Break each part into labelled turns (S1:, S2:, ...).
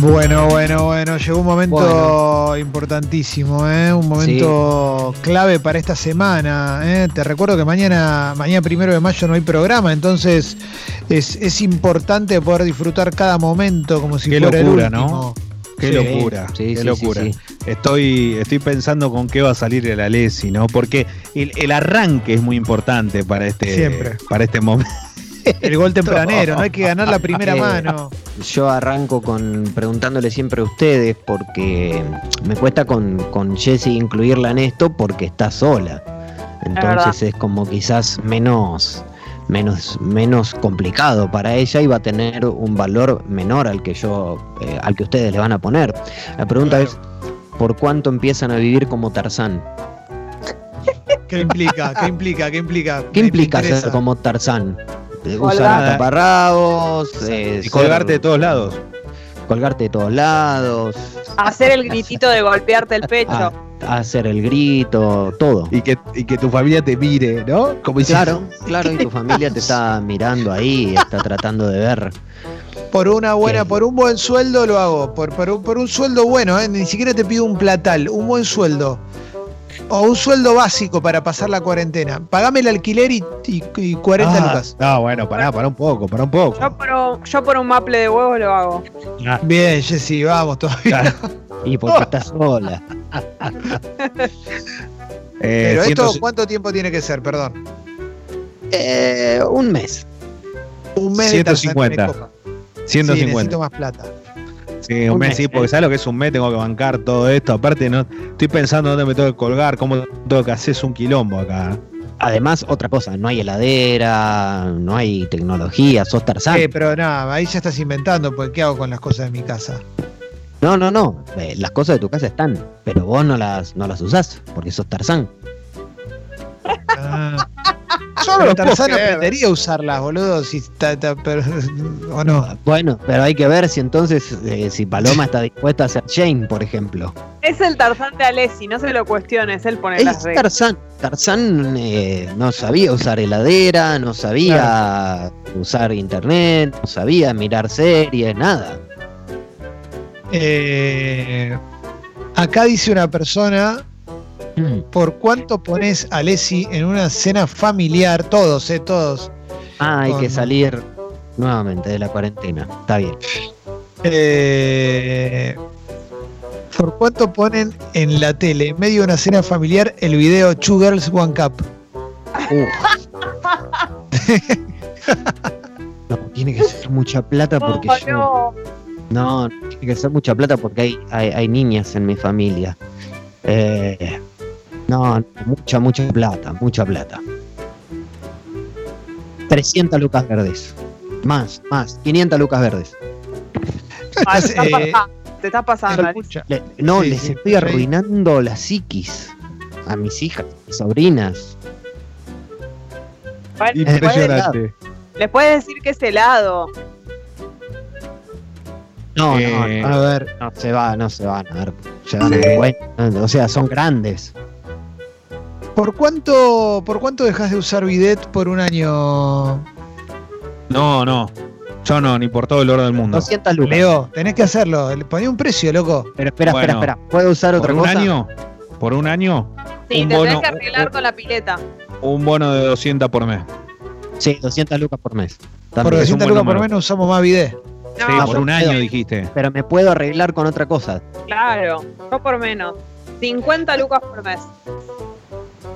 S1: Bueno, bueno, bueno, llegó un momento importantísimo, ¿eh? un momento clave para esta semana. ¿eh? Te recuerdo que mañana, mañana primero de mayo no hay programa, entonces es, es importante poder disfrutar cada momento como si
S2: Qué
S1: fuera
S2: locura,
S1: el
S2: ¿no?
S1: último.
S2: Qué
S1: Sí.
S2: locura,
S3: Sí,
S2: qué
S3: sí,
S2: locura.
S3: sí, sí.
S2: Estoy, estoy pensando con qué va a salir el Alessi, ¿no? Porque el, el arranque es muy importante para este,
S1: Siempre.
S2: para este momento.
S1: El gol tempranero, no hay que ganar la primera
S3: Eh,
S1: mano.
S3: Yo arranco con preguntándole siempre a ustedes porque me cuesta con, con Jessie incluirla en esto porque está sola. Entonces es como quizás menos, menos, menos complicado para ella y va a tener un valor menor al que yo, eh, al que ustedes le van a poner. La pregunta es ¿por cuánto empiezan a vivir como Tarzán?
S1: ¿Qué implica? ¿Qué implica? ¿Qué implica?
S3: ¿Qué
S1: Me- me
S3: implica ser
S1: interesa.
S3: como Tarzán? Eh, Usar
S4: Colgada.
S3: taparrabos, eh,
S2: Y colgarte de
S3: ser-
S2: todos lados.
S3: colgarte de todos lados,
S4: Hacer el gritito de golpearte el pecho.
S3: a- Ah,
S2: Ah.
S3: a hacer el grito, todo.
S2: Y que, y que tu familia te mire, ¿no? Como si-
S3: Claro, claro, y tu familia te está mirando ahí, está tratando de ver.
S1: Por una buena,
S3: ¿Qué?
S1: por un buen sueldo lo hago. Por, por, un, por un sueldo bueno, ¿eh? ni siquiera te pido un platal, un buen sueldo. O un sueldo básico para pasar la cuarentena. Pagame el alquiler y, y- y 40
S2: Ah,
S1: lucas.
S2: No, bueno, pará, pará un poco, pará un poco.
S4: Yo por, un, yo por un maple de huevos lo hago.
S1: Bien, Jessy, vamos todavía.
S3: Y porque está sola.
S2: Eh,
S1: Pero esto,
S2: 100
S1: ¿cuánto tiempo tiene que ser? Perdón.
S3: Eh, un mes.
S1: Un mes de Tarzán en
S2: 150.
S1: Copa. Sí,
S2: 150.
S1: necesito más plata.
S2: Sí, un
S3: Un
S2: mes,
S3: mes,
S2: sí,
S3: ¿eh?
S2: porque sabes lo que es un mes, tengo que bancar todo esto. Aparte, no, estoy pensando dónde me tengo que colgar, cómo tengo que hacer es un quilombo acá. ¿eh?
S3: Además, otra cosa, no hay heladera, no hay tecnología, sos Tarzán.
S1: Eh, pero nada, ahí ya estás inventando, porque ¿qué hago con las cosas de mi casa?
S3: No, no, no. eh, las cosas de tu casa están, pero vos no las, no las usás, porque sos Tarzán.
S1: Ah,
S2: Yo
S1: pero Tarzán aprendería a usarlas, boludo. Si ta- ta- pero- o no.
S3: Bueno, pero hay que ver si entonces, eh, si Paloma está dispuesta a ser Jane, por ejemplo.
S4: Es el Tarzán de Alessi, no se lo cuestiones, él pone
S3: Es
S4: las reglas.
S3: Tarzán. Tarzán eh, no sabía usar heladera, no sabía usar internet, no sabía mirar series, nada.
S1: Eh, acá dice una persona, ¿por cuánto pones a Lesi en una cena familiar? Todos, eh, todos.
S3: Ah, hay
S1: Con-
S3: que salir nuevamente de la cuarentena. Está bien.
S1: Eh, ¿Por cuánto ponen en la tele, en medio de una cena familiar, el video Two Girls One Cup?
S4: Uh.
S3: No, tiene que ser mucha plata porque
S4: Oh,
S3: yo. No,
S4: no.
S3: tiene que ser mucha plata porque hay, hay, hay niñas en mi familia. Eh, no, mucha, mucha plata, mucha plata. 300 lucas verdes. Más, más. 500 lucas verdes.
S4: Ah, te, estás
S1: Eh,
S4: pasando, te estás pasando, Alessi.
S1: Escucha,
S3: Le- no,
S1: Sí,
S3: les
S1: sí,
S3: estoy
S1: sí.
S3: arruinando la psiquis a mis hijas, mis sobrinas.
S4: Bueno,
S3: Eh,
S2: Impresionante.
S4: Les puedes decir que es helado.
S3: No,
S2: Eh.
S3: no, no, a ver, no se va, no se van a ver. Se van a dar cuenta. O sea, son grandes.
S1: ¿Por cuánto, ¿Por cuánto dejas de usar bidet por un año?
S2: No, no. Yo no, ni por todo el oro del mundo.
S3: 200 lucas.
S1: Leo, tenés que hacerlo. le Poné un precio, loco.
S3: Pero espera,
S2: Bueno.
S3: espera, espera. ¿Puedo usar
S2: ¿Por
S3: otra
S2: un
S3: cosa?
S2: año? ¿Por un año?
S4: Sí,
S2: Un
S4: te
S2: bono,
S4: tenés que
S2: un-
S4: arreglar
S2: un-
S4: con la pileta.
S2: Un bono de 200 por mes.
S3: Sí, 200 lucas por mes.
S1: Por
S3: También.
S2: es un
S1: 200
S2: buen
S1: lucas por
S2: número.
S1: menos usamos más bidet.
S4: No,
S2: Sí, por
S3: yo
S2: un
S3: puedo.
S2: año dijiste.
S3: Pero me puedo arreglar con otra cosa.
S4: claro. No por menos. 50 lucas por mes.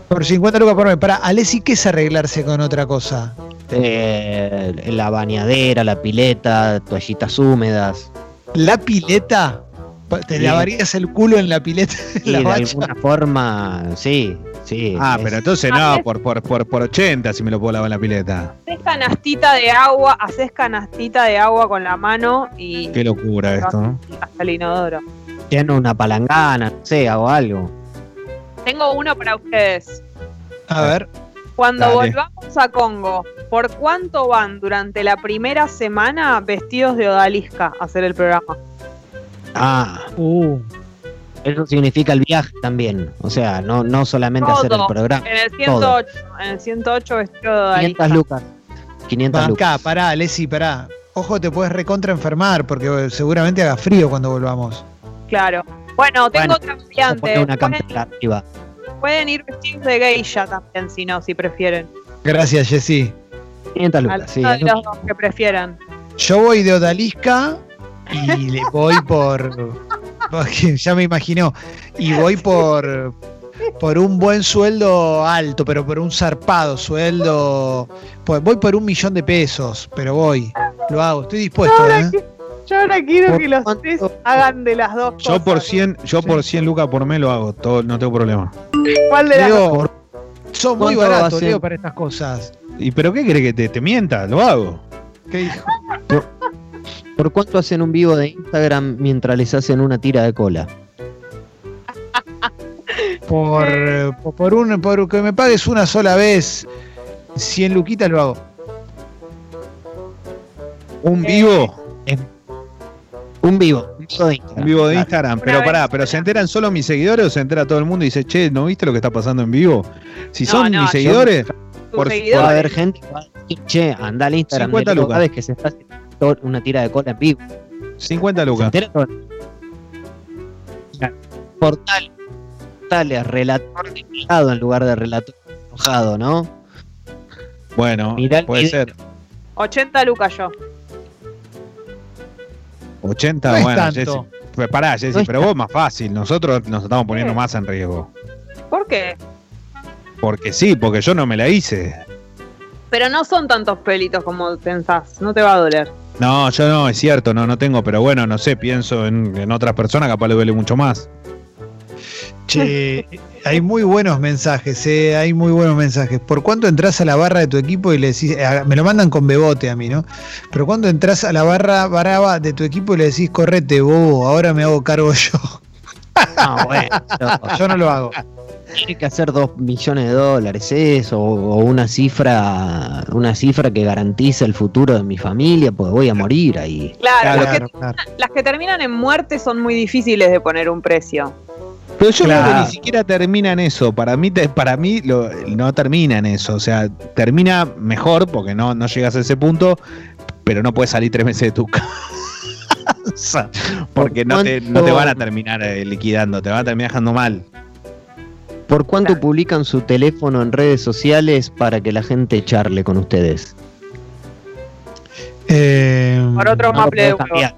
S1: Por 50 lucas por mes. Para Alessi, ¿qué es arreglarse con otra cosa?
S3: Eh, la bañadera, la pileta, toallitas húmedas.
S1: ¿La pileta? Pa- ¿Te
S3: Sí.
S1: lavarías el culo en la pileta? en
S3: Y
S1: la
S3: de
S1: bacha?
S3: alguna forma, sí, sí.
S2: Ah,
S3: es-
S2: pero entonces
S4: Ah,
S2: no,
S4: es-
S2: por, por, por, por 80 si me lo puedo lavar en la pileta.
S4: Haces canastita de agua, haces canastita de agua con la mano y
S2: Qué locura esto, ¿no?
S4: hasta el inodoro.
S3: Tiene una palangana, no sé, hago algo.
S4: Tengo uno para ustedes.
S1: A ver.
S4: Cuando
S2: Dale.
S4: volvamos a Congo, ¿por cuánto van durante la primera semana vestidos de odalisca a hacer el programa?
S3: Ah, eso significa el viaje también. O sea, no, no solamente hacer el
S4: Todo.
S3: programa.
S4: En el 108, en el 108 vestido
S3: 500
S4: de odalisca.
S3: lucas. 500 lucas.
S1: Acá, pará, Alessi, pará. ojo, te puedes recontra enfermar porque eh, seguramente haga frío cuando volvamos.
S4: Claro. Bueno, tengo otra variante.
S3: Una
S4: Pueden,
S3: campera arriba.
S4: pueden ir vestidos de geisha también, si no, si prefieren.
S1: Gracias, Jessy.
S3: 500
S4: A
S3: lucas, sí.
S4: de
S3: es
S4: los dos que prefieran.
S1: Yo voy de Odalisca y le voy por. porque Ya me imaginó. Y voy por. Por un buen sueldo alto, pero por un zarpado sueldo. Pues voy por un millón de pesos, pero voy. Lo hago, estoy dispuesto, ¿eh?
S4: Yo ahora quiero
S1: ¿Por
S4: que los
S1: cuánto?
S4: tres hagan de las dos
S2: Yo
S4: cosas.
S2: por 100, yo por 100 lucas por mes lo hago, todo, no tengo problema.
S4: ¿Cuál de las dos?
S1: Leo, son muy
S3: ¿Cuánto va a
S1: baratos,
S3: ser?
S1: Leo, para estas cosas.
S2: ¿Y pero qué crees que te, te mienta? Lo hago.
S1: ¿Qué dijo?
S3: un- ¿Por cuánto hacen un vivo de Instagram mientras les hacen una tira de cola?
S1: Por, eh, por, un, por que me pagues una sola vez 100 luquitas, lo hago.
S2: Un
S4: Eh,
S2: vivo,
S3: Un vivo, un vivo de Instagram.
S2: un vivo de
S3: Claro.
S2: Instagram.
S4: Una
S2: Pero
S4: vez
S2: pará,
S4: sola.
S2: pero ¿se enteran solo mis seguidores o se entera todo el mundo y dice, che, ¿no viste lo que está pasando en vivo? Si
S4: No,
S2: son
S4: no,
S2: mis
S4: yo-
S2: seguidores,
S4: Tus
S2: por-
S3: Va a
S4: seguidores.
S3: haber gente que va a decir, che, anda al Instagram.
S2: 50
S3: de Leo
S2: lucas.
S3: Gávez que se está haciendo to- una tira de cola en vivo.
S2: 50
S3: ¿Se
S2: lucas.
S3: entera todo? Portal, portales, relator de enojado en lugar de relator enojado, ¿no?
S2: Bueno,
S3: Mirá el
S2: puede
S3: video.
S2: ser.
S4: 80 lucas yo.
S2: 80,
S1: No es
S2: bueno, Jessy.
S1: tanto.
S2: Pues Pará, Jessy,
S3: No es
S2: pero vos más fácil. Nosotros nos estamos poniendo
S4: Sí.
S2: más en riesgo.
S4: ¿Por qué?
S2: Porque sí, porque yo no me la hice.
S4: Pero no son tantos pelitos como pensás. No te va a doler.
S2: No, yo no, es cierto, no, no tengo, pero bueno, no sé, pienso en, en otras personas, capaz le duele mucho más.
S1: Che, eh, hay muy buenos mensajes, eh, hay muy buenos mensajes. ¿Por cuánto entras a la barra de tu equipo y le decís, eh, me lo mandan con bebote a mí, ¿no? Pero cuando entras a la barra baraba de tu equipo y le decís, correte, bobo, ahora me hago cargo yo.
S3: No, bueno, yo-
S1: Yo no lo hago.
S3: tiene que hacer dos millones de dólares eso, o, o una cifra, una cifra que garantice el futuro de mi familia, porque voy a morir ahí.
S4: Claro,
S1: Claro,
S4: las, que,
S1: claro.
S4: las que terminan en muerte son muy difíciles de poner un precio.
S2: Pero yo creo
S1: Claro.
S2: que ni siquiera termina en eso. Para mí, te- para mí lo- no termina en eso. O sea, termina mejor porque no, no llegas a ese punto, pero no puedes salir tres meses de tu casa. Porque no te, no te van a terminar eh, liquidando, te van a terminar dejando mal.
S3: ¿Por cuánto
S4: Claro.
S3: publican su teléfono en redes sociales para que la gente charle con ustedes?
S1: Eh,
S4: Por otro
S3: No lo
S4: maple de
S3: puedo
S4: huevo.
S3: cambiar.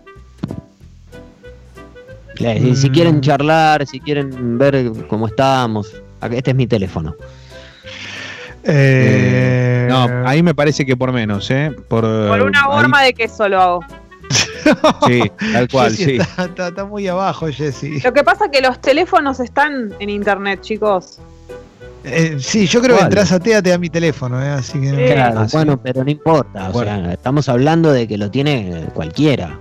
S3: Claro, Si, si
S1: Mm.
S3: quieren charlar, si quieren ver cómo estamos, acá- este es mi teléfono.
S1: eh,
S2: No, ahí me parece que por menos, ¿eh? Por,
S4: Por una
S2: ahí-
S4: forma de queso lo hago.
S2: Sí, tal cual,
S1: Jessy
S2: sí.
S1: Está, está- está muy abajo, Jessy.
S4: Lo que pasa es que los teléfonos están en internet, chicos.
S1: Eh, sí, yo creo que
S3: ¿Cuál?
S1: entras a Téate a mi teléfono, eh, así que...
S4: Sí.
S3: Claro,
S1: Ah, sí.
S3: bueno, pero no importa. o
S2: Bueno.
S3: sea, estamos hablando de que lo tiene cualquiera.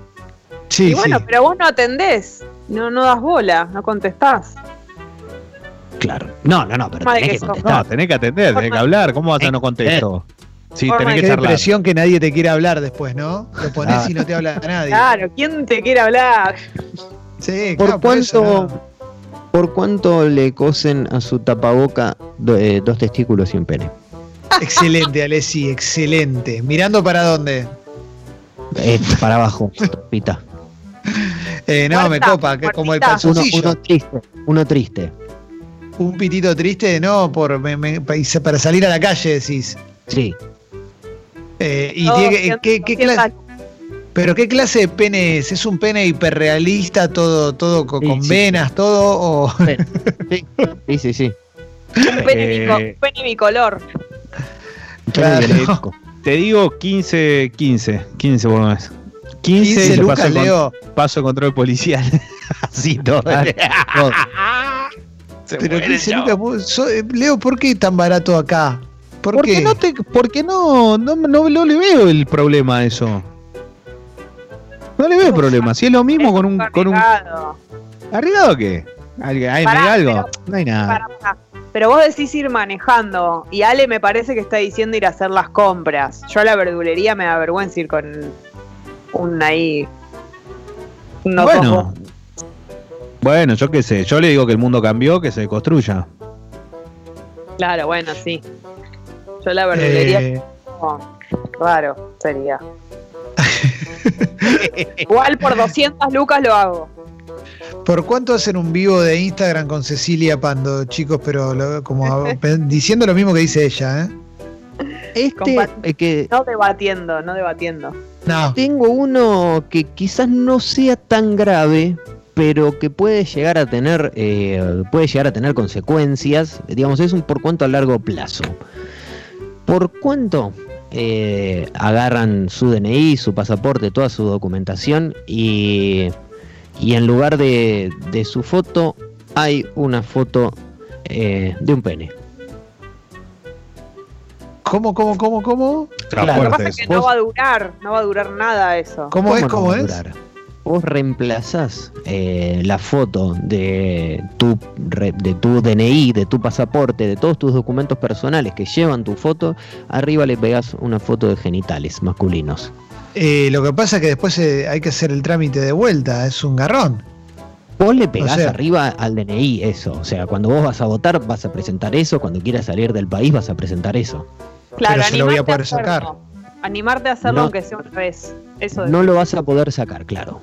S1: Sí,
S4: y bueno,
S1: sí.
S4: pero vos no atendés. No, no das bola, no contestás.
S3: Claro. No, no, no, pero
S4: Madre
S3: tenés que
S4: que sos.
S3: contestar.
S2: No, tenés que atender, tenés que hablar. ¿Cómo vas a no contesto? Sí,
S4: Forma
S2: tenés que
S4: de-
S1: Qué
S2: charlar.
S1: depresión que nadie te quiera hablar después, ¿no? Lo ponés
S2: Ah.
S1: y no te habla nadie.
S4: Claro, ¿quién te quiere hablar?
S1: Sí,
S3: ¿Por
S1: claro, por eso,
S3: cuánto-
S1: no.
S3: ¿Por cuánto le cosen a su tapaboca do- eh, dos testículos y un pene?
S1: Excelente, Alessi, excelente. Mirando para dónde.
S3: Eh, para abajo, pita.
S1: Eh, no,
S4: Puerta,
S1: me copa, que como el
S4: puertita.
S3: Uno,
S1: calzoncillo.
S3: uno triste, uno triste.
S1: Un pitito triste, no, por, me- me- pa- y se- para salir a la calle decís.
S3: Sí.
S1: Eh, y
S4: No,
S1: tiene que-
S4: cien-
S1: ¿qué, qué
S4: 200
S1: cla- ¿Pero qué clase de pene es? ¿Es un pene hiperrealista, todo, todo co-
S3: Sí,
S1: con
S3: sí.
S1: venas, todo? O...
S3: Sí, sí, sí. sí.
S4: Un pene bico-
S2: Eh.
S4: un pene bicolor.
S1: Claro.
S3: Pene biológico.
S2: Te digo 15, 15, 15 por lo menos. 15,
S1: 15
S2: y yo paso,
S1: lucas,
S2: el con-
S1: Leo.
S2: paso de control policial. Así todo.
S3: Ah, Todo.
S2: Se
S1: Pero
S2: muere
S1: 15
S2: el
S1: lucas, vos- so- eh, Leo, ¿por qué tan barato acá? ¿Por,
S2: Porque
S1: qué?
S2: no te, porque no, no, no, no le veo el problema a eso. No le veo el problema. Si es lo mismo con un, con un
S4: Cargado.
S2: arriesgado qué, ¿Hay, hay,
S4: Pará,
S2: hay algo?
S4: pero-
S2: No hay nada.
S4: Pará, pará. Pero vos decís ir manejando. Y Ale me parece que está diciendo ir a hacer las compras. Yo a la verdulería me da vergüenza ir con un ahí. No
S2: bueno. Bueno, yo qué sé. Yo le digo que el mundo cambió, que se construya.
S4: Claro, bueno, sí. Yo la verdulería
S1: Eh,
S4: como raro sería. Igual por 200 lucas lo hago.
S1: ¿Por cuánto hacen un vivo de Instagram con Cecilia Pando, chicos? Pero lo- como diciendo lo mismo que dice ella, ¿eh?
S3: Este
S4: Compa-
S3: eh, que
S4: No debatiendo, no debatiendo.
S1: No.
S3: tengo uno que quizás no sea tan grave, pero que puede llegar a tener eh, puede llegar a tener consecuencias. Digamos, es un por cuánto a largo plazo. ¿Por cuánto eh, agarran su DNI, su pasaporte, toda su documentación y, y en lugar de, de su foto hay una foto eh, de un pene?
S1: ¿Cómo, cómo, cómo, cómo?
S2: Claro,
S3: Claro.
S4: Lo que
S2: fuerte
S4: pasa es
S2: eso.
S4: que no va a durar, no va a durar nada eso.
S1: ¿Cómo es?
S3: no
S1: Pues, ¿Cómo
S3: va a
S1: es?
S3: durar? Vos reemplazás eh, la foto de tu, re- de tu DNI, de tu pasaporte, de todos tus documentos personales que llevan tu foto, arriba le pegás una foto de genitales masculinos.
S1: Eh, lo que pasa es que después eh, hay que hacer el trámite de vuelta, es un garrón.
S3: Vos le pegás
S1: O sea-
S3: arriba al DNI eso, o sea, cuando vos vas a votar vas a presentar eso, cuando quieras salir del país vas a presentar eso.
S1: Pero se lo voy a
S4: animarte
S1: poder
S4: hacerlo. Animarte a hacerlo
S3: No.
S4: aunque sea una vez. Eso
S3: No lo vas a poder sacar, claro.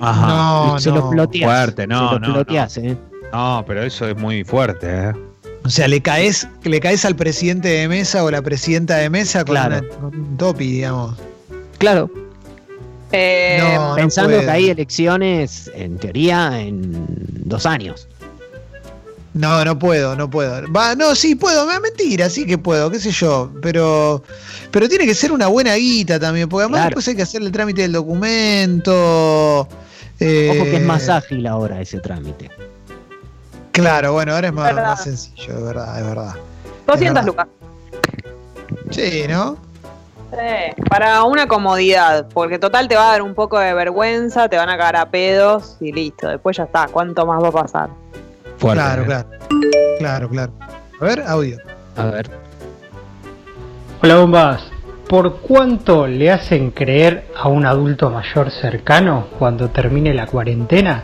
S2: Ajá.
S1: No,
S3: se
S1: no.
S3: lo ploteás.
S2: Fuerte, no,
S3: se lo
S2: no, no.
S3: ploteás, ¿eh?
S2: No, pero eso es muy fuerte, ¿eh?
S1: O sea, le caes, le caes al presidente de mesa o la presidenta de mesa con,
S3: Claro.
S1: una- con un topi, digamos.
S3: Claro,
S4: Eh,
S1: No,
S3: pensando
S1: puede.
S3: que hay elecciones, en teoría, en dos años.
S1: No, no puedo, no puedo. Va, no, sí puedo, me mentira, sí que puedo, qué sé yo. Pero, pero tiene que ser una buena guita también, porque además
S3: Claro.
S1: después hay que hacer el trámite del documento.
S3: Ojo que
S1: eh,
S3: es más ágil ahora ese trámite.
S1: Claro, bueno, ahora es más,
S4: Verdad.
S1: más sencillo, es verdad, es verdad.
S4: 200
S1: es verdad.
S4: lucas.
S1: Sí, ¿no?
S4: Sí, para una comodidad, porque total te va a dar un poco de vergüenza, te van a cagar a pedos y listo. Después ya está, ¿cuánto más va a pasar?
S2: Fuerte.
S1: claro,
S2: ¿eh?
S1: claro. Claro, claro. A ver, audio.
S3: A ver.
S5: Hola bombas, ¿por cuánto le hacen creer a un adulto mayor cercano cuando termine la cuarentena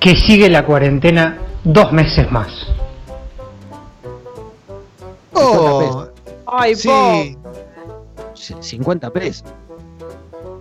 S5: que sigue la cuarentena dos meses más?
S1: Oh,
S4: Ay,
S1: sí,
S3: c- 50 pesos.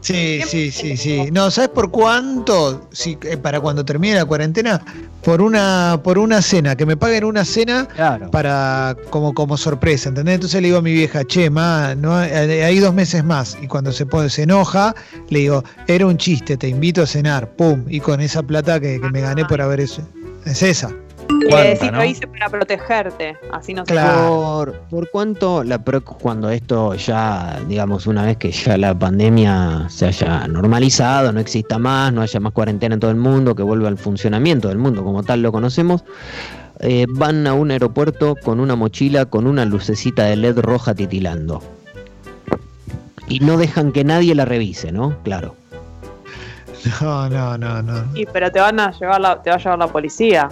S1: sí, sí, sí, sí. No, ¿sabes por cuánto? Sí, eh, para cuando termine la cuarentena, por una, por una cena, que me paguen una cena
S3: Claro.
S1: para como, como sorpresa, ¿entendés? Entonces le digo a mi vieja, che, ma, no, hay- hay dos meses más. Y cuando se pone, se enoja, le digo, era un chiste, te invito a cenar, pum, y con esa plata que, que me gané por haber eso. Es esa.
S4: po.
S2: Cuánta,
S4: Quiere decir,
S2: ¿no?
S4: lo hice para protegerte, así no
S1: Claro.
S3: Por, por cuánto la PROC, cuando esto ya, digamos, una vez que ya la pandemia se haya normalizado, no exista más, no haya más cuarentena en todo el mundo, que vuelva al funcionamiento del mundo como tal lo conocemos, eh, van a un aeropuerto con una mochila con una lucecita de LED roja titilando. Y no dejan que nadie la revise, ¿no? Claro.
S1: No, no, no, no.
S4: se- Y, pero te van a llevar la, te va a llevar la policía.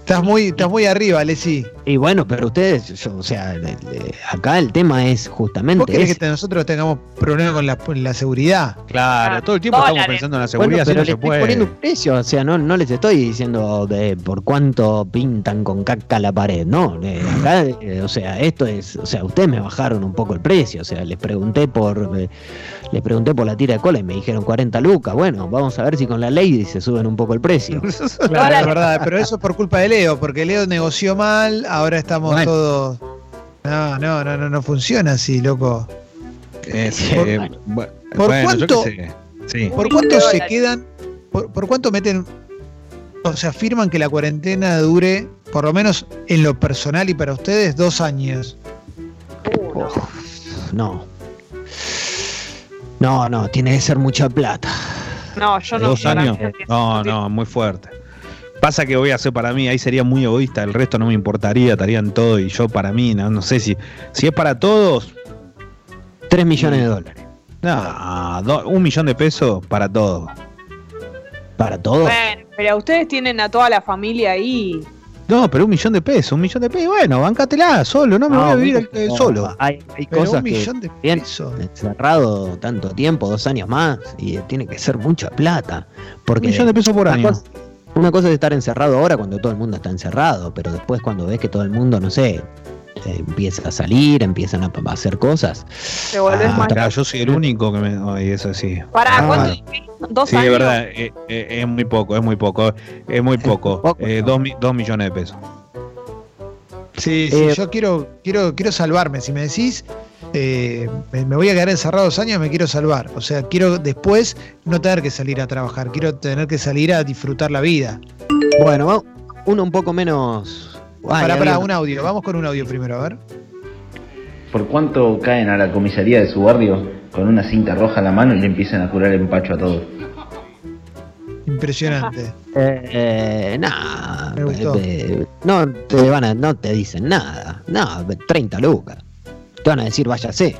S1: Estás muy, estás muy arriba, Lesi.
S3: Y bueno, pero ustedes, yo, o sea, de- de- acá el tema es justamente...
S1: ¿Vos querés que
S3: ese.
S1: te- nosotros tengamos problemas con la, con la seguridad?
S2: Claro,
S4: Ah,
S2: todo el tiempo estamos
S4: dólares.
S2: pensando en la
S3: Bueno,
S2: seguridad,
S3: pero
S2: así
S3: le
S2: no se
S3: estoy
S2: puede.
S3: poniendo un precio, o sea, no, no les estoy diciendo de por cuánto pintan con caca la pared, no, eh, acá, eh, o sea, esto es, o sea, ustedes me bajaron un poco el precio, o sea, les pregunté por eh, les pregunté por la tira de cola y me dijeron 40 lucas, bueno, vamos a ver si con la ley se suben un poco el precio.
S1: Claro,
S4: Ahora-
S1: es verdad, pero eso es por culpa de Leo, porque Leo negoció mal, ahora estamos
S3: Bueno.
S1: todos. No, no, no, no, no funciona así, loco.
S2: Es,
S1: Por-
S2: eh, bu-
S1: ¿por
S2: bueno, yo qué
S1: cuánto?
S2: sé. Sí.
S1: ¿Por
S4: Un
S1: cuánto
S4: millón de
S1: se
S4: dólares.
S1: quedan? Por, por cuánto meten? O sea, afirman que la cuarentena dure, por lo menos en lo personal y para ustedes, dos años.
S4: Uh, no.
S3: No. No, no, tiene que ser mucha plata.
S4: No, yo no.
S2: ¿Dos
S4: yo
S2: años?
S4: realmente
S2: No, no, muy fuerte. Pasa que voy a hacer para mí, ahí sería muy egoísta, el resto no me importaría, estarían todo y yo para mí, no, no sé si si es para todos,
S3: 3 millones de dólares.
S2: no, do- un millón de pesos para todos.
S3: Para todos.
S4: Bueno, pero ustedes tienen a toda la familia ahí.
S2: No, pero un millón de pesos, un millón de pesos, bueno, bancatela solo, no me voy a vivir eh,
S3: no,
S2: solo.
S3: Hay, hay
S1: Pero
S3: cosas
S1: un
S3: que
S1: millón de
S3: bien.
S1: pesos.
S3: encerrado tanto tiempo, dos años más, y tiene que ser mucha plata. Porque
S2: un millón de pesos por
S3: una
S2: año.
S3: cosa- una cosa es estar encerrado ahora cuando todo el mundo está encerrado, pero después cuando ves que todo el mundo, no sé, eh, empieza a salir, empiezan a, a hacer cosas.
S4: Te volvés
S2: Ah,
S4: más.
S2: pará, yo soy el único que me. ay, eso sí.
S4: ¿Para
S3: Ah.
S4: cuánto vivís? ¿Dos
S2: Sí,
S4: años?
S2: de verdad, eh, eh, es muy poco, es muy poco, es muy poco.
S3: poco,
S2: Eh,
S3: ¿no?
S2: dos, mi- dos millones de pesos.
S1: Sí, sí,
S3: Eh,
S1: yo quiero, quiero, quiero salvarme. Si me decís, eh, me, me voy a quedar encerrado dos años, me quiero salvar. O sea, quiero después no tener que salir a trabajar, quiero tener que salir a disfrutar la vida.
S3: Bueno, va- uno un poco menos. Ay,
S1: Pará, pará,
S3: había-
S1: un audio. Vamos con un audio primero, a ver.
S6: ¿Por cuánto caen a la comisaría de su barrio con una cinta roja en la mano y le empiezan a curar el empacho a todos?
S1: Impresionante.
S3: Eh, nah,
S1: Me gustó.
S3: eh, no te van a, no te dicen nada, nada, 30 lucas. Te van a decir, váyase.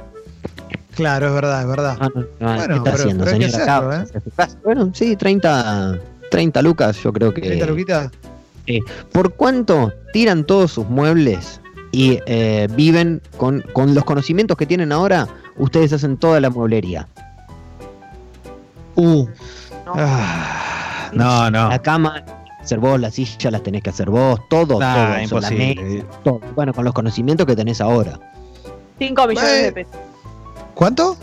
S1: Claro, es verdad, es verdad.
S3: Ah, no, no,
S1: Bueno,
S3: ¿Qué está
S1: pero-
S3: haciendo,
S1: pero hay que
S3: señora?
S1: hacerlo, ¿eh?
S3: Acá, Bueno, sí, 30, 30 lucas, yo creo que.
S1: ¿30 Luquita?
S3: ¿Por cuánto tiran todos sus muebles y eh, viven con, con los conocimientos que tienen ahora? Ustedes hacen toda la mueblería.
S1: Uh,
S4: No.
S2: Ah, no, no.
S3: La cama, hacer vos, la silla las tenés que hacer vos, todo,
S2: Nah,
S3: todo, son la
S2: imposible.
S3: mesa, todo. Bueno, con los conocimientos que tenés ahora.
S4: Cinco millones
S1: Eh.
S4: de pesos.
S1: ¿Cuánto?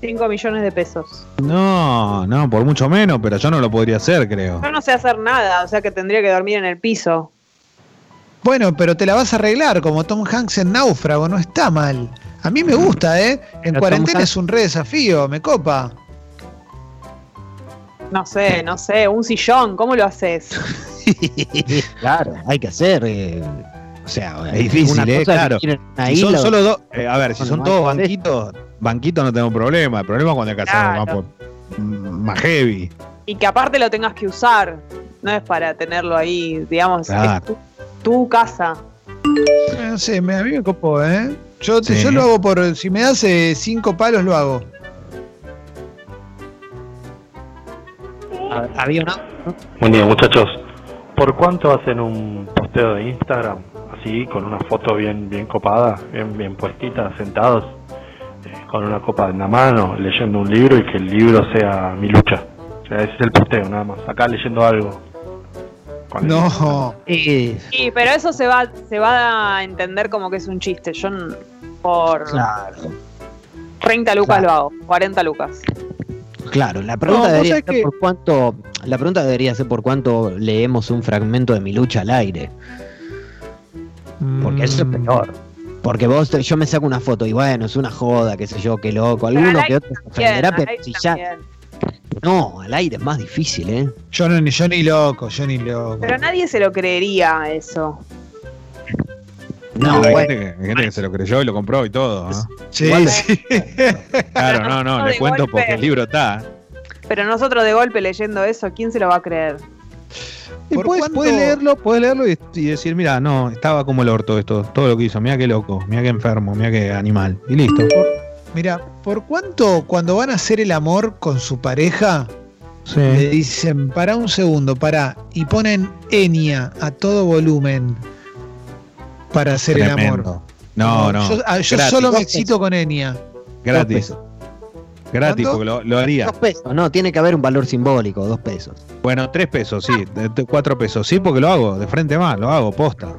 S4: Cinco millones de pesos.
S2: No, no, por mucho menos, pero yo no lo podría hacer, creo.
S4: Yo no sé hacer nada, o sea que tendría que dormir en el piso.
S1: Bueno, pero te la vas a arreglar como Tom Hanks en Náufrago, no está mal. A mí me gusta, ¿eh? En
S3: Mm. Tom
S1: cuarentena
S3: Hanks-
S1: es un re desafío, me copa.
S4: No sé, no sé, un sillón, ¿cómo lo haces?
S3: claro, hay que hacer. eh, o sea,
S2: Es difícil,
S3: una cosa
S2: eh,
S3: es
S2: claro.
S3: vivir en una
S2: Si son
S3: isla,
S2: solo dos, eh, a ver, si
S3: Bueno,
S2: son
S3: más
S2: todos
S3: tarde.
S2: banquitos, banquitos no tengo problema. El problema es cuando hay que hacer algo
S4: Claro.
S2: más, po- más heavy.
S4: Y que aparte lo tengas que usar. No es para tenerlo ahí, digamos,
S2: Claro.
S4: es tu, tu casa.
S1: Eh, No sé, me- a mí me copó, ¿eh? Yo, te-
S2: Sí.
S1: yo lo hago por. Si me das eh, cinco palos, lo hago.
S3: ah, había una.
S7: Buen día, muchachos. ¿Por cuánto hacen un posteo de Instagram? Así, con una foto bien bien copada, bien bien puestita, sentados, eh, con una copa en la mano, leyendo un libro y que el libro sea mi lucha. O sea, ese es el posteo, nada más. Acá leyendo algo. Con el-
S1: No.
S3: eh,
S4: Sí, pero eso se va, se va a entender como que es un chiste. Yo n- por
S3: claro,
S4: 30 lucas
S3: Claro.
S4: lo hago, 40 lucas.
S3: claro. La
S1: No,
S3: pregunta
S1: vos
S3: debería
S1: sabés
S3: ser
S1: que-
S3: por cuánto. La pregunta debería ser por cuánto leemos un fragmento de mi lucha al aire. Porque eso es
S1: Mm,
S3: peor. Porque vos, te- yo me saco una foto y bueno, es una joda, qué sé yo, qué loco.
S4: Pero
S3: Alguno
S4: al
S3: que
S4: aire
S3: otro se ofenderá,
S4: Bien,
S3: pero
S4: ahí
S3: si ya.
S4: también.
S3: No, al aire es más difícil, ¿eh?
S1: Yo, no, ni- yo ni loco, yo ni loco.
S4: Pero nadie se lo creería eso.
S3: No,
S2: hay,
S3: bueno,
S2: gente que, hay gente que se lo creyó y lo compró y todo. ¿no?
S1: Sí,
S3: igual-
S1: sí.
S2: Claro, no, no,
S4: De
S2: les cuento
S4: golpe.
S2: porque el libro está.
S4: Pero nosotros de golpe leyendo eso, ¿quién se lo va a creer?
S2: Y
S1: ¿Por
S2: puedes,
S1: cuánto-
S2: puedes leerlo, puedes leerlo y, y decir, mira, no, estaba como el orto esto, todo lo que hizo, mira qué loco, mira qué enfermo, mira qué animal. Y listo.
S1: Mira, ¿por cuánto cuando van a hacer el amor con su pareja, le
S2: Sí.
S1: dicen, para un segundo, para, y ponen Enya a todo volumen para hacer el amor?
S2: Tremendo. No, no.
S1: Yo, ah, yo
S2: gratis,
S1: solo me excito con Enya.
S2: gratis. Gratis,
S1: ¿Cuánto?
S2: porque lo, lo haría.
S3: dos pesos, no, tiene que haber un valor simbólico, dos pesos.
S2: Bueno, tres pesos, sí. de- de- Cuatro pesos, sí, porque lo hago. De frente más, lo hago, posta.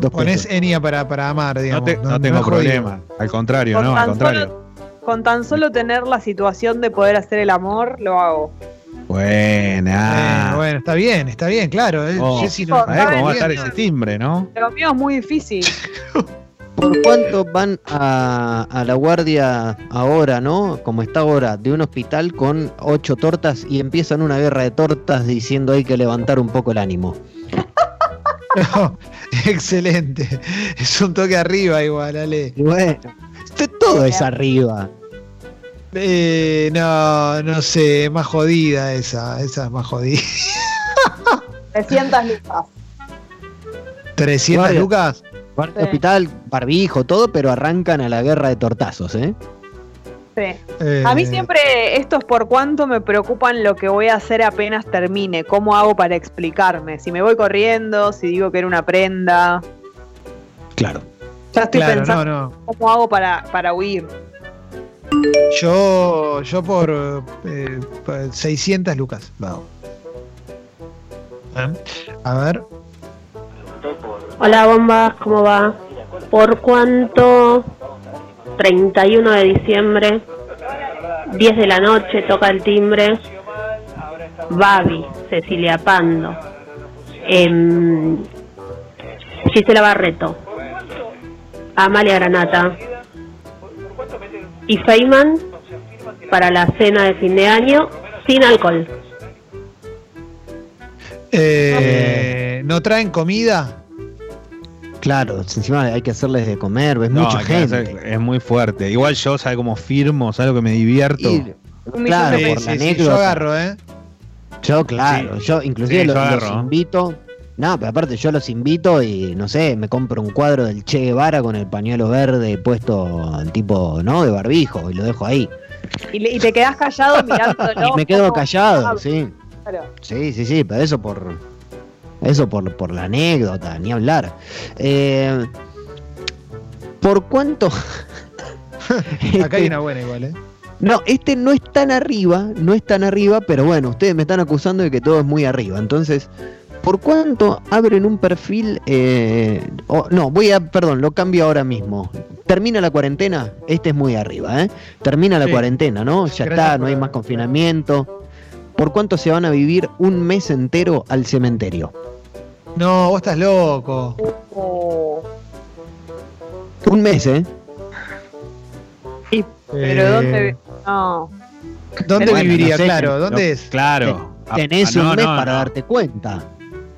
S3: Dos
S1: Pones
S3: pesos.
S1: Enya para, para amar, digamos.
S2: No, te- no tengo
S1: es jodido.
S2: problema. Al contrario,
S4: Con
S2: no,
S4: tan
S2: al contrario.
S4: solo- Con tan solo tener la situación de poder hacer el amor, lo hago.
S1: Eh,
S2: Buena.
S1: bueno, está bien, está bien, claro. eh.
S2: Ah. Oh.
S1: Jessy no-
S4: Chicos,
S2: ¿Sabés
S4: está
S2: cómo va a
S1: bien,
S2: estar
S1: ¿no?
S2: ese timbre, no?
S4: Lo mío es muy difícil.
S3: ¿Por cuánto van a, a la guardia ahora, no? Como está ahora, de un hospital con ocho tortas y empiezan una guerra de tortas diciendo hay que levantar un poco el ánimo.
S1: No, excelente. Es un toque arriba igual, Ale.
S3: Y bueno, este- todo es arriba.
S1: Eh, no, no sé, es más jodida esa, esa es más jodida.
S4: 300 lucas.
S1: 300
S3: Guardia.
S1: lucas.
S3: Guardia
S4: Sí.
S3: hospital, barbijo, todo, pero arrancan a la guerra de tortazos, ¿eh?
S4: Sí.
S1: eh,
S4: A mí siempre estos por cuánto me preocupan lo que voy a hacer apenas termine, cómo hago para explicarme, si me voy corriendo, si digo que era una prenda.
S3: Claro.
S4: Ya estoy
S1: Claro,
S4: pensando
S1: no, no.
S4: cómo hago para, para huir.
S1: Yo, yo por, eh, por 600 lucas. Vamos. A ver,
S8: Hola bombas, ¿cómo va? ¿Por cuánto? 31 de diciembre, 10 de la noche, toca el timbre. Babi, Cecilia Pando, em, Gisela Barreto, Amalia Granata y Feynman para la cena de fin de año sin alcohol.
S1: Eh, ¿No traen comida?
S3: Claro, encima hay que hacerles de comer, ves
S2: No,
S3: mucha
S2: hay que
S3: gente.
S2: hacer- es muy fuerte. Igual yo, ¿sabes cómo firmo? ¿Sabes lo que me divierto?
S3: Y-
S4: Un millón
S3: claro,
S4: de
S1: Sí,
S3: por la
S1: sí, sí, yo
S3: anécdota.
S1: agarro, ¿eh?
S3: Yo, claro, yo inclusive
S2: Sí, yo
S3: los, los
S2: agarro.
S3: invito. No, pero aparte yo los invito y no sé, me compro un cuadro del Che Guevara con el pañuelo verde puesto tipo, ¿no? De barbijo y lo dejo ahí.
S4: Y, le- y te quedás callado mirándolo.
S3: y me quedo
S4: como-
S3: callado,
S4: Ah,
S3: sí.
S4: claro.
S3: Sí, sí, sí, pero eso por eso por, por la anécdota, ni hablar. Eh, ¿Por cuánto?
S1: Acá hay
S3: Este,
S1: una buena igual, ¿eh?
S3: No, este no es tan arriba, no es tan arriba, pero bueno, ustedes me están acusando de que todo es muy arriba. Entonces, ¿por cuánto abren un perfil? eh, o- no, voy a, perdón, lo cambio ahora mismo. Termina la cuarentena, este es muy arriba, ¿eh? Termina la
S1: Sí.
S3: cuarentena, ¿no? Ya
S1: Gracias
S3: está, no
S1: por-
S3: hay más confinamiento. ¿Por cuánto se van a vivir un mes entero al cementerio?
S1: No, vos estás loco.
S4: Oh.
S3: Un mes, ¿eh?
S4: Pero
S1: Eh,
S4: ¿dónde? No.
S1: ¿dónde
S4: Bueno,
S1: viviría?
S3: no sé,
S1: claro,
S3: no-
S1: ¿dónde es?
S2: Claro. Ah,
S3: Tenés
S2: ah, no,
S3: un mes
S2: no,
S3: para
S2: no.
S3: darte cuenta.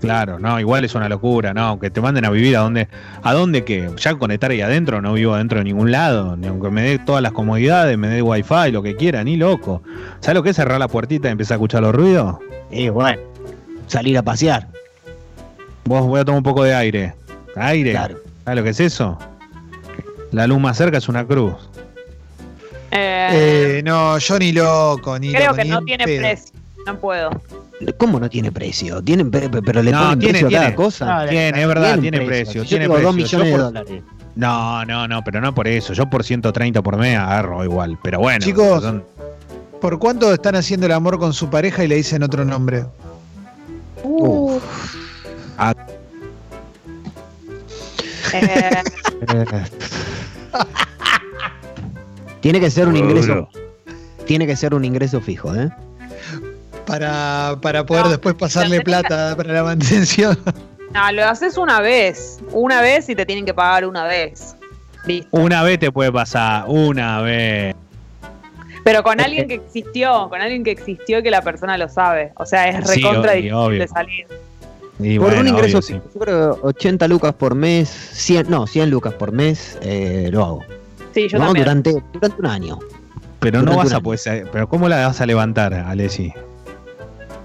S2: Claro, no, igual es una locura, no, aunque te manden a vivir a dónde, a dónde que ya con estar ahí adentro, no vivo adentro de ningún lado, ni aunque me dé todas las comodidades, me dé wifi, lo que quiera, ni loco. ¿Sabes lo que es cerrar la puertita y empezar a escuchar los ruidos?
S3: Y bueno, salir a pasear,
S2: Vos voy a tomar un poco de aire. Aire.
S3: claro.
S2: ¿Sabes lo que es eso? La luz más cerca es una cruz.
S4: Eh,
S1: Eh, no, yo ni loco, ni
S4: creo
S1: loco,
S4: que
S1: ni
S4: no
S1: en
S4: tiene
S1: pedo.
S4: precio. No puedo.
S3: ¿Cómo no tiene precio? Tienen pre- pre- pero le
S2: No,
S3: ponen
S2: tiene-
S3: precio a cada
S2: tiene.
S3: cosa.
S2: tiene, es verdad, tiene precio.
S3: Si
S2: tiene
S3: yo digo dos
S2: precio.
S3: millones
S2: Yo
S3: de
S2: por-
S3: dólares.
S2: No, no, no, pero no por eso. Yo por 130 por mes agarro igual. Pero bueno,
S1: Chicos.
S2: son-
S1: ¿Por cuánto están haciendo el amor con su pareja y le dicen otro nombre?
S4: Uh.
S2: Ah.
S4: Eh,
S3: Tiene que ser un
S7: Duro.
S3: ingreso. Tiene que ser un ingreso fijo, ¿eh?
S1: Para, para poder
S4: No,
S1: después pasarle
S4: la tenés
S1: plata para la mantención.
S4: no, lo haces una vez. Una vez y te tienen que pagar una vez. Listo.
S2: una vez te puede pasar, una vez.
S4: Pero con alguien que existió, con alguien que existió y que la persona lo sabe. O sea, es
S2: Sí,
S4: recontra
S2: obvio,
S4: difícil
S2: obvio.
S4: de salir.
S2: Y
S3: por
S2: bueno,
S3: un ingreso
S2: obvio, sí.
S3: fijo. Yo creo 80 lucas por mes, 100, no, 100 lucas por mes, eh, lo hago.
S4: Sí, yo
S3: ¿no?
S4: también.
S3: Durante, durante un año.
S2: Pero no
S3: Durante
S2: vas
S3: un
S2: a
S3: año.
S2: poder sa- pero ¿cómo la vas a levantar, Alessi?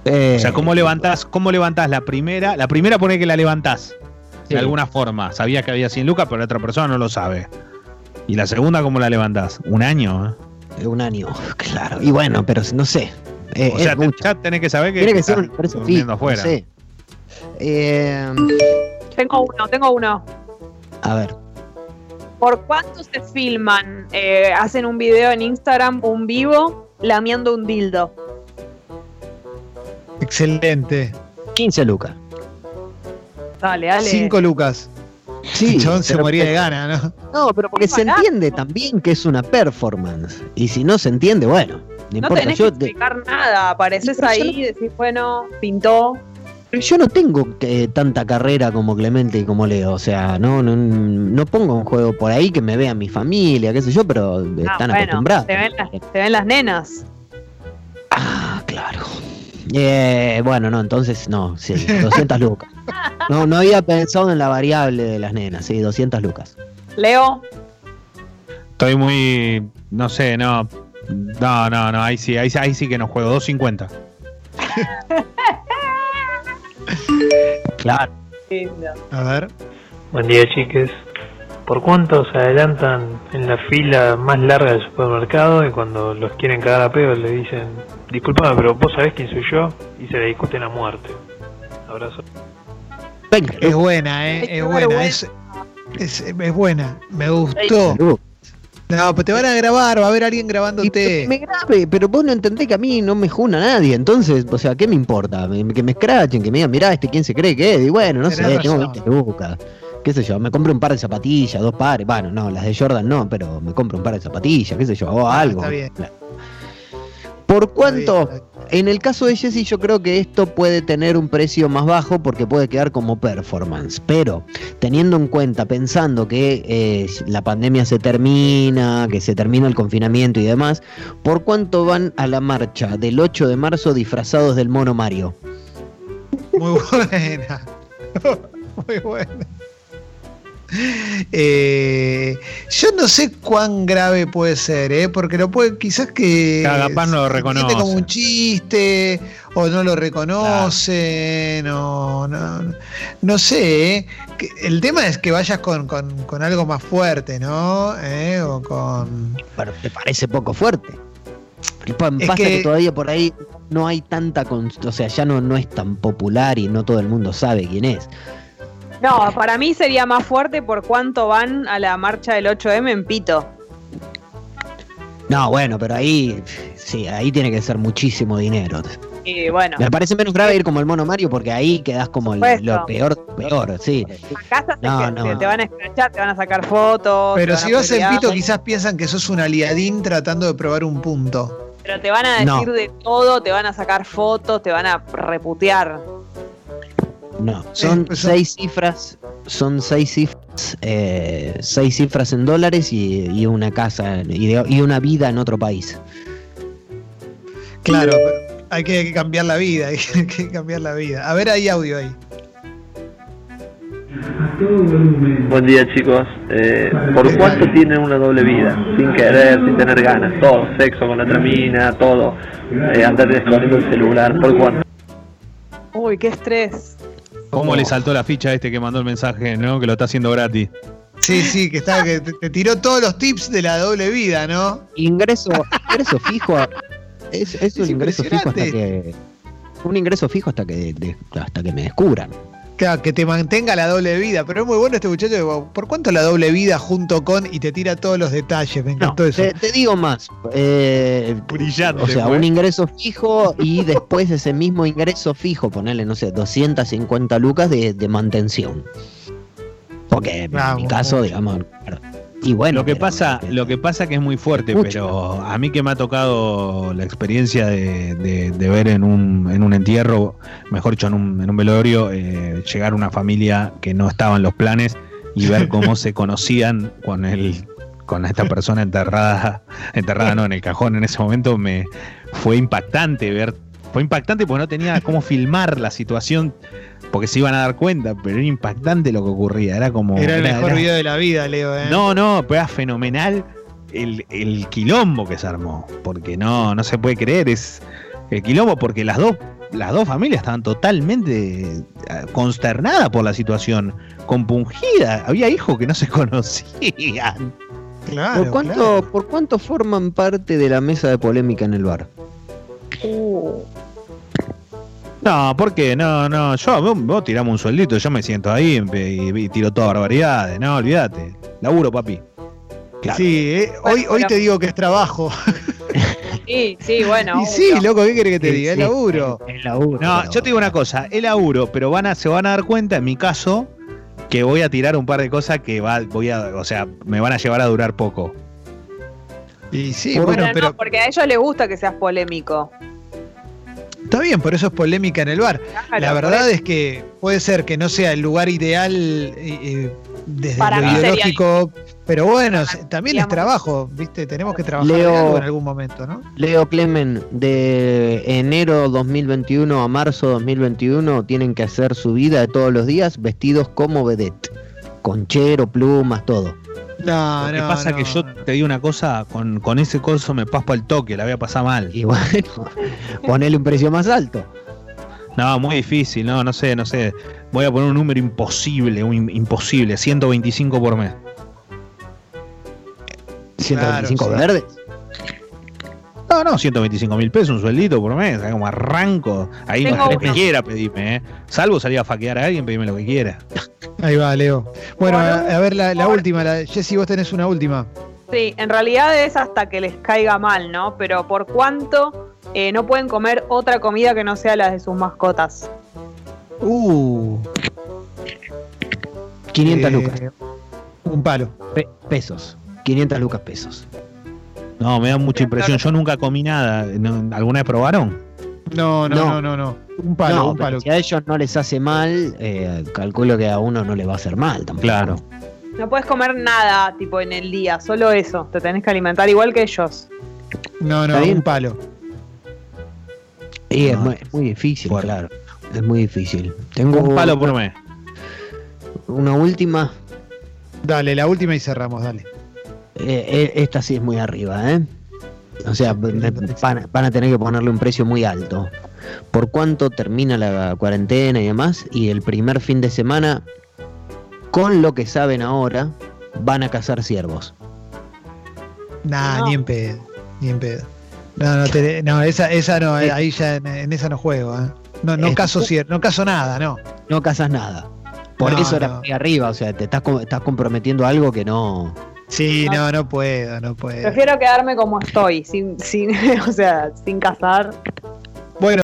S3: Eh,
S2: O sea, ¿cómo levantás, cómo levantás la primera? La primera pone que la levantás.
S3: Sí.
S2: De alguna forma. Sabías que había 100 lucas, pero la otra persona no lo sabe. Y la segunda, ¿cómo la levantás? Un año, ¿eh?
S3: eh, Un año, claro. Y bueno, pero no sé. eh,
S2: O
S3: es
S2: sea, te-
S3: mucho.
S2: ya tenés que saber que,
S3: Tiene que
S2: estás
S3: ser un ingreso
S2: durmiendo
S3: fijo.
S2: afuera.
S3: No sé. Eh,
S4: Tengo uno, tengo uno.
S3: a ver.
S4: ¿Por cuánto se filman? eh, hacen un video en Instagram, un vivo, lamiendo un dildo.
S1: Excelente.
S3: 15 lucas.
S4: Dale, dale.
S1: Cinco lucas. El chabón se
S3: pero-
S1: moría de gana, ¿no?
S3: No, pero porque
S4: Es
S3: se
S4: barato.
S3: entiende también que es una performance. Y si no se entiende, bueno, no
S4: no
S3: importa.
S4: tenés
S3: yo,
S4: que
S3: te-
S4: explicar nada. Apareces
S3: Pero yo
S4: ahí y decís, bueno, pintó.
S3: yo no tengo eh, tanta carrera como Clemente y como Leo. O sea, no, no, no pongo un juego por ahí que me vea mi familia, qué sé yo, pero están
S4: Ah, bueno,
S3: acostumbrados.
S4: te ven las- Te ven las nenas.
S3: Ah, claro. Eh, bueno, no, entonces no, sí, 200 lucas. No, no había pensado en la variable de las nenas, sí, 200 lucas.
S4: Leo,
S2: Estoy muy. No sé, no. No, no, no. Ahí sí, ahí, ahí sí que no juego. 250.
S3: Claro.
S1: A ver.
S9: Buen día, chiques. ¿Por cuánto se adelantan en la fila más larga del supermercado y cuando los quieren cagar a pedo le dicen, disculpame, pero vos sabés quién soy yo? Y se le discuten a muerte. Abrazo.
S3: Venga,
S1: Es buena,
S4: Ay,
S1: ¿eh?
S4: qué
S1: Es buena. Es,
S4: vergüenza.
S1: es, es buena. Me gustó.
S3: Lu.
S1: No, pues te van a grabar, va a haber alguien
S3: Y que me
S1: grabándote.
S3: grabe, pero vos no entendés que a mí no me juna nadie, entonces, o sea, ¿qué me importa? Me- que me escrachen, que me digan, mirá, este quién se cree que es, y bueno, no sé,
S1: Tenés
S3: tengo
S1: razón.
S3: 20 lucas. qué sé yo, me compro un par de zapatillas, dos pares, bueno, no, las de Jordan no, pero me compro un par de zapatillas, qué sé yo, o algo.
S1: Ah, Está bien.
S3: Por cuanto, en el caso de Jesse yo creo que esto puede tener un precio más bajo porque puede quedar como performance, pero teniendo en cuenta, pensando que eh, la pandemia se termina, que se termina el confinamiento y demás, ¿por cuánto van a la marcha del 8 de marzo disfrazados del mono Mario?
S1: Muy buena. Muy buena. Eh, yo no sé cuán grave puede ser, ¿eh? porque lo puede, quizás que
S2: Cada pan no lo
S1: se
S2: reconoce.
S1: siente como un chiste o no lo reconocen, o no, no, no sé. ¿eh? Que- El tema es que vayas con, con- con algo más fuerte, ¿no? ¿Eh? O con
S3: Pero te parece poco fuerte. Y pa-
S1: Es
S3: pasa que...
S1: que-
S3: todavía por ahí no hay tanta, con- o sea, ya no, no es tan popular y no todo el mundo sabe quién es.
S4: No, para mí sería más fuerte por cuánto van a la marcha del 8M en Pito.
S3: No, bueno, pero ahí sí, ahí tiene que ser muchísimo dinero.
S4: Y bueno,
S3: Me parece menos grave ir como el mono Mario porque ahí quedás como el-
S4: Supuesto.
S3: lo peor, peor, sí.
S4: acá se-
S3: No,
S4: se-
S3: no.
S4: se- te van a escrachar, te van a sacar fotos. te
S1: Pero
S4: van a
S1: si vas en
S4: putear,
S1: pito, quizás piensan que sos un aliadín tratando de probar un punto.
S4: Pero te van a
S3: No.
S4: decir de todo, te van a sacar fotos, te van a reputear.
S3: No, son
S1: pues son-
S3: seis cifras, son seis cifras, eh, seis cifras en dólares y, y una casa y, de- y una vida en otro país.
S1: Claro, pero hay que, hay que cambiar la vida, hay que, hay que cambiar la vida. A ver, hay audio ahí.
S7: Buen día chicos, Eh, ¿por cuánto tienen una doble vida? Sin querer, sin tener ganas, todo, sexo con otra mina, todo, eh, andar descubriendo el celular, ¿por cuánto?
S4: Uy, qué estrés.
S3: Oh.
S2: ¿Cómo le saltó la ficha a este que mandó el mensaje, no? Que lo está haciendo gratis.
S1: Sí, sí, que está, que te, te tiró todos los tips de la doble vida, ¿no?
S3: Ingreso, ingreso fijo, a- es, es un
S1: Es
S3: ingreso fijo hasta
S1: impresionante.
S3: que un ingreso fijo hasta que de- hasta que me descubran.
S1: Claro, que te mantenga la doble vida. Pero es muy bueno este muchacho. que, wow, ¿Por cuánto la doble vida junto con y te tira todos los detalles? Me
S3: No,
S1: encantó eso.
S3: te, te digo más. eh,
S2: Brillante.
S3: O sea,
S2: fue.
S3: un ingreso fijo y después ese mismo ingreso fijo, ponerle, no sé, 250 lucas de, de mantención. Porque en
S1: Vamos.
S3: mi caso, digamos, claro. y bueno.
S2: lo que
S3: pero-
S2: pasa, lo que pasa que es muy fuerte,
S3: Mucho.
S2: pero a mí que me ha tocado la experiencia de, de- de ver en un, en un entierro, mejor dicho, en un, en un velorio, eh, llegar una familia que no estaba en los planes y ver cómo se conocían con el con esta persona enterrada, enterrada no, en el cajón en ese momento me fue impactante ver, fue impactante porque no tenía cómo filmar la situación porque se iban a dar cuenta, pero era impactante lo que ocurría, era como
S1: Era el
S2: era-
S1: mejor
S2: era-
S1: video de la vida, Leo. ¿eh?
S2: no, no, pero era fenomenal el, el quilombo que se armó. Porque no, no se puede creer, es el quilombo, porque las dos, las dos familias estaban totalmente eh, consternadas por la situación, compungidas. Había hijos que no se conocían.
S1: claro.
S3: ¿Por cuánto,
S1: claro.
S3: ¿Por cuánto forman parte de la mesa de polémica en el bar?
S2: No, porque no, no, yo, vos, vos tirame un sueldito, yo me siento ahí y, y tiro todas barbaridades, no, olvídate. Laburo, papi. Claro.
S1: Sí, eh, hoy, hoy te digo que es trabajo.
S4: Sí, sí, bueno.
S1: y sí,
S4: obvio.
S1: loco, ¿qué querés que te
S3: Sí,
S1: diga? Es
S3: sí.
S1: laburo.
S3: El laburo.
S2: No,
S3: pero-
S2: yo te digo una cosa, el laburo, pero van a, se van a dar cuenta, en mi caso, que voy a tirar un par de cosas que va, voy a, o sea, me van a llevar a durar poco.
S1: Y sí,
S3: Por-
S1: bueno,
S4: Pero
S1: pero
S4: no, porque a ellos les gusta que seas polémico.
S1: está bien, por eso es polémica en el bar.
S4: Claro,
S1: la
S4: por
S1: verdad
S4: eso.
S1: es que puede ser que no sea el lugar ideal eh, eh, desde
S4: Para
S1: lo
S4: mí sería
S1: ideológico, pero bueno, se- también
S4: digamos.
S1: es trabajo, ¿viste? Tenemos que trabajar
S3: Leo-
S1: en algo en algún momento, ¿no?
S3: Leo Clemen, de enero 2021 a marzo 2021 tienen que hacer su vida de todos los días vestidos como vedette. Conchero, plumas, todo.
S1: No,
S2: Lo que
S1: Ah, no,
S2: pasa
S1: no,
S2: que yo
S1: no.
S2: te digo una cosa, con, con ese corso me paspo al toque, la voy a pasar mal.
S3: Y bueno, ponele un precio más alto.
S2: No, muy difícil, no, no sé, no sé. Voy a poner un número imposible, un im- imposible, 125 por mes.
S3: 125
S1: Claro, sí.
S3: verdes.
S2: No, no, 125 mil pesos, un sueldito por mes, ¿sabes? como arranco. Ahí no
S4: Tengo
S2: que
S4: uno.
S2: quiera, pedime, ¿eh? Salvo salir a faquear a alguien, pedime lo que quiera.
S1: Ahí va, Leo. Bueno,
S4: Bueno,
S1: a, a ver la, la
S4: ahora-
S1: última, la, Jessy, vos tenés una última.
S4: Sí, en realidad es hasta que les caiga mal, ¿no? Pero por cuánto eh, no pueden comer otra comida que no sea la de sus mascotas.
S1: Uh,
S2: Eh,
S3: 500 Uh, lucas.
S1: Un palo.
S3: Pe- pesos. 500 lucas pesos.
S2: No, me da mucha impresión. Yo nunca comí nada. No, ¿Alguna vez probaron?
S1: No, no, no,
S3: No.
S1: no, no. Un palo,
S3: no,
S1: un
S3: pero
S1: palo.
S3: si a ellos no les hace mal, eh, calculo que a uno no le va a hacer mal tampoco.
S2: Claro.
S4: No puedes comer nada, tipo, en el día, solo eso. Te tenés que alimentar igual que ellos.
S1: No, no,
S3: ¿Está bien?
S1: un palo.
S3: Y es,
S2: No,
S3: muy, es muy difícil,
S2: fuerte.
S3: claro. Es muy difícil. Tengo
S2: Un palo por mes.
S3: una última.
S1: Dale, la última y cerramos, dale.
S3: Eh, eh, esta sí es muy arriba, ¿eh? O sea, me- van, a- van a tener que ponerle un precio muy alto. ¿Por cuánto termina la cuarentena y demás? Y el primer fin de semana, con lo que saben ahora, van a cazar ciervos.
S1: Nah,
S4: No.
S1: ni en pedo, ni en pedo. No, no, te- no, esa, esa no, eh, ahí ya en, en esa no juego, ¿eh? No, no
S3: Eh,
S1: caso cier- no caso nada, no.
S3: No cazas nada. Por
S1: No,
S3: eso era
S1: no.
S3: muy arriba, o sea, te estás, co- estás comprometiendo algo que no.
S1: Sí, no, no puedo, no puedo.
S4: Prefiero quedarme como estoy, sin, sin, o sea, sin cazar.
S1: Bueno,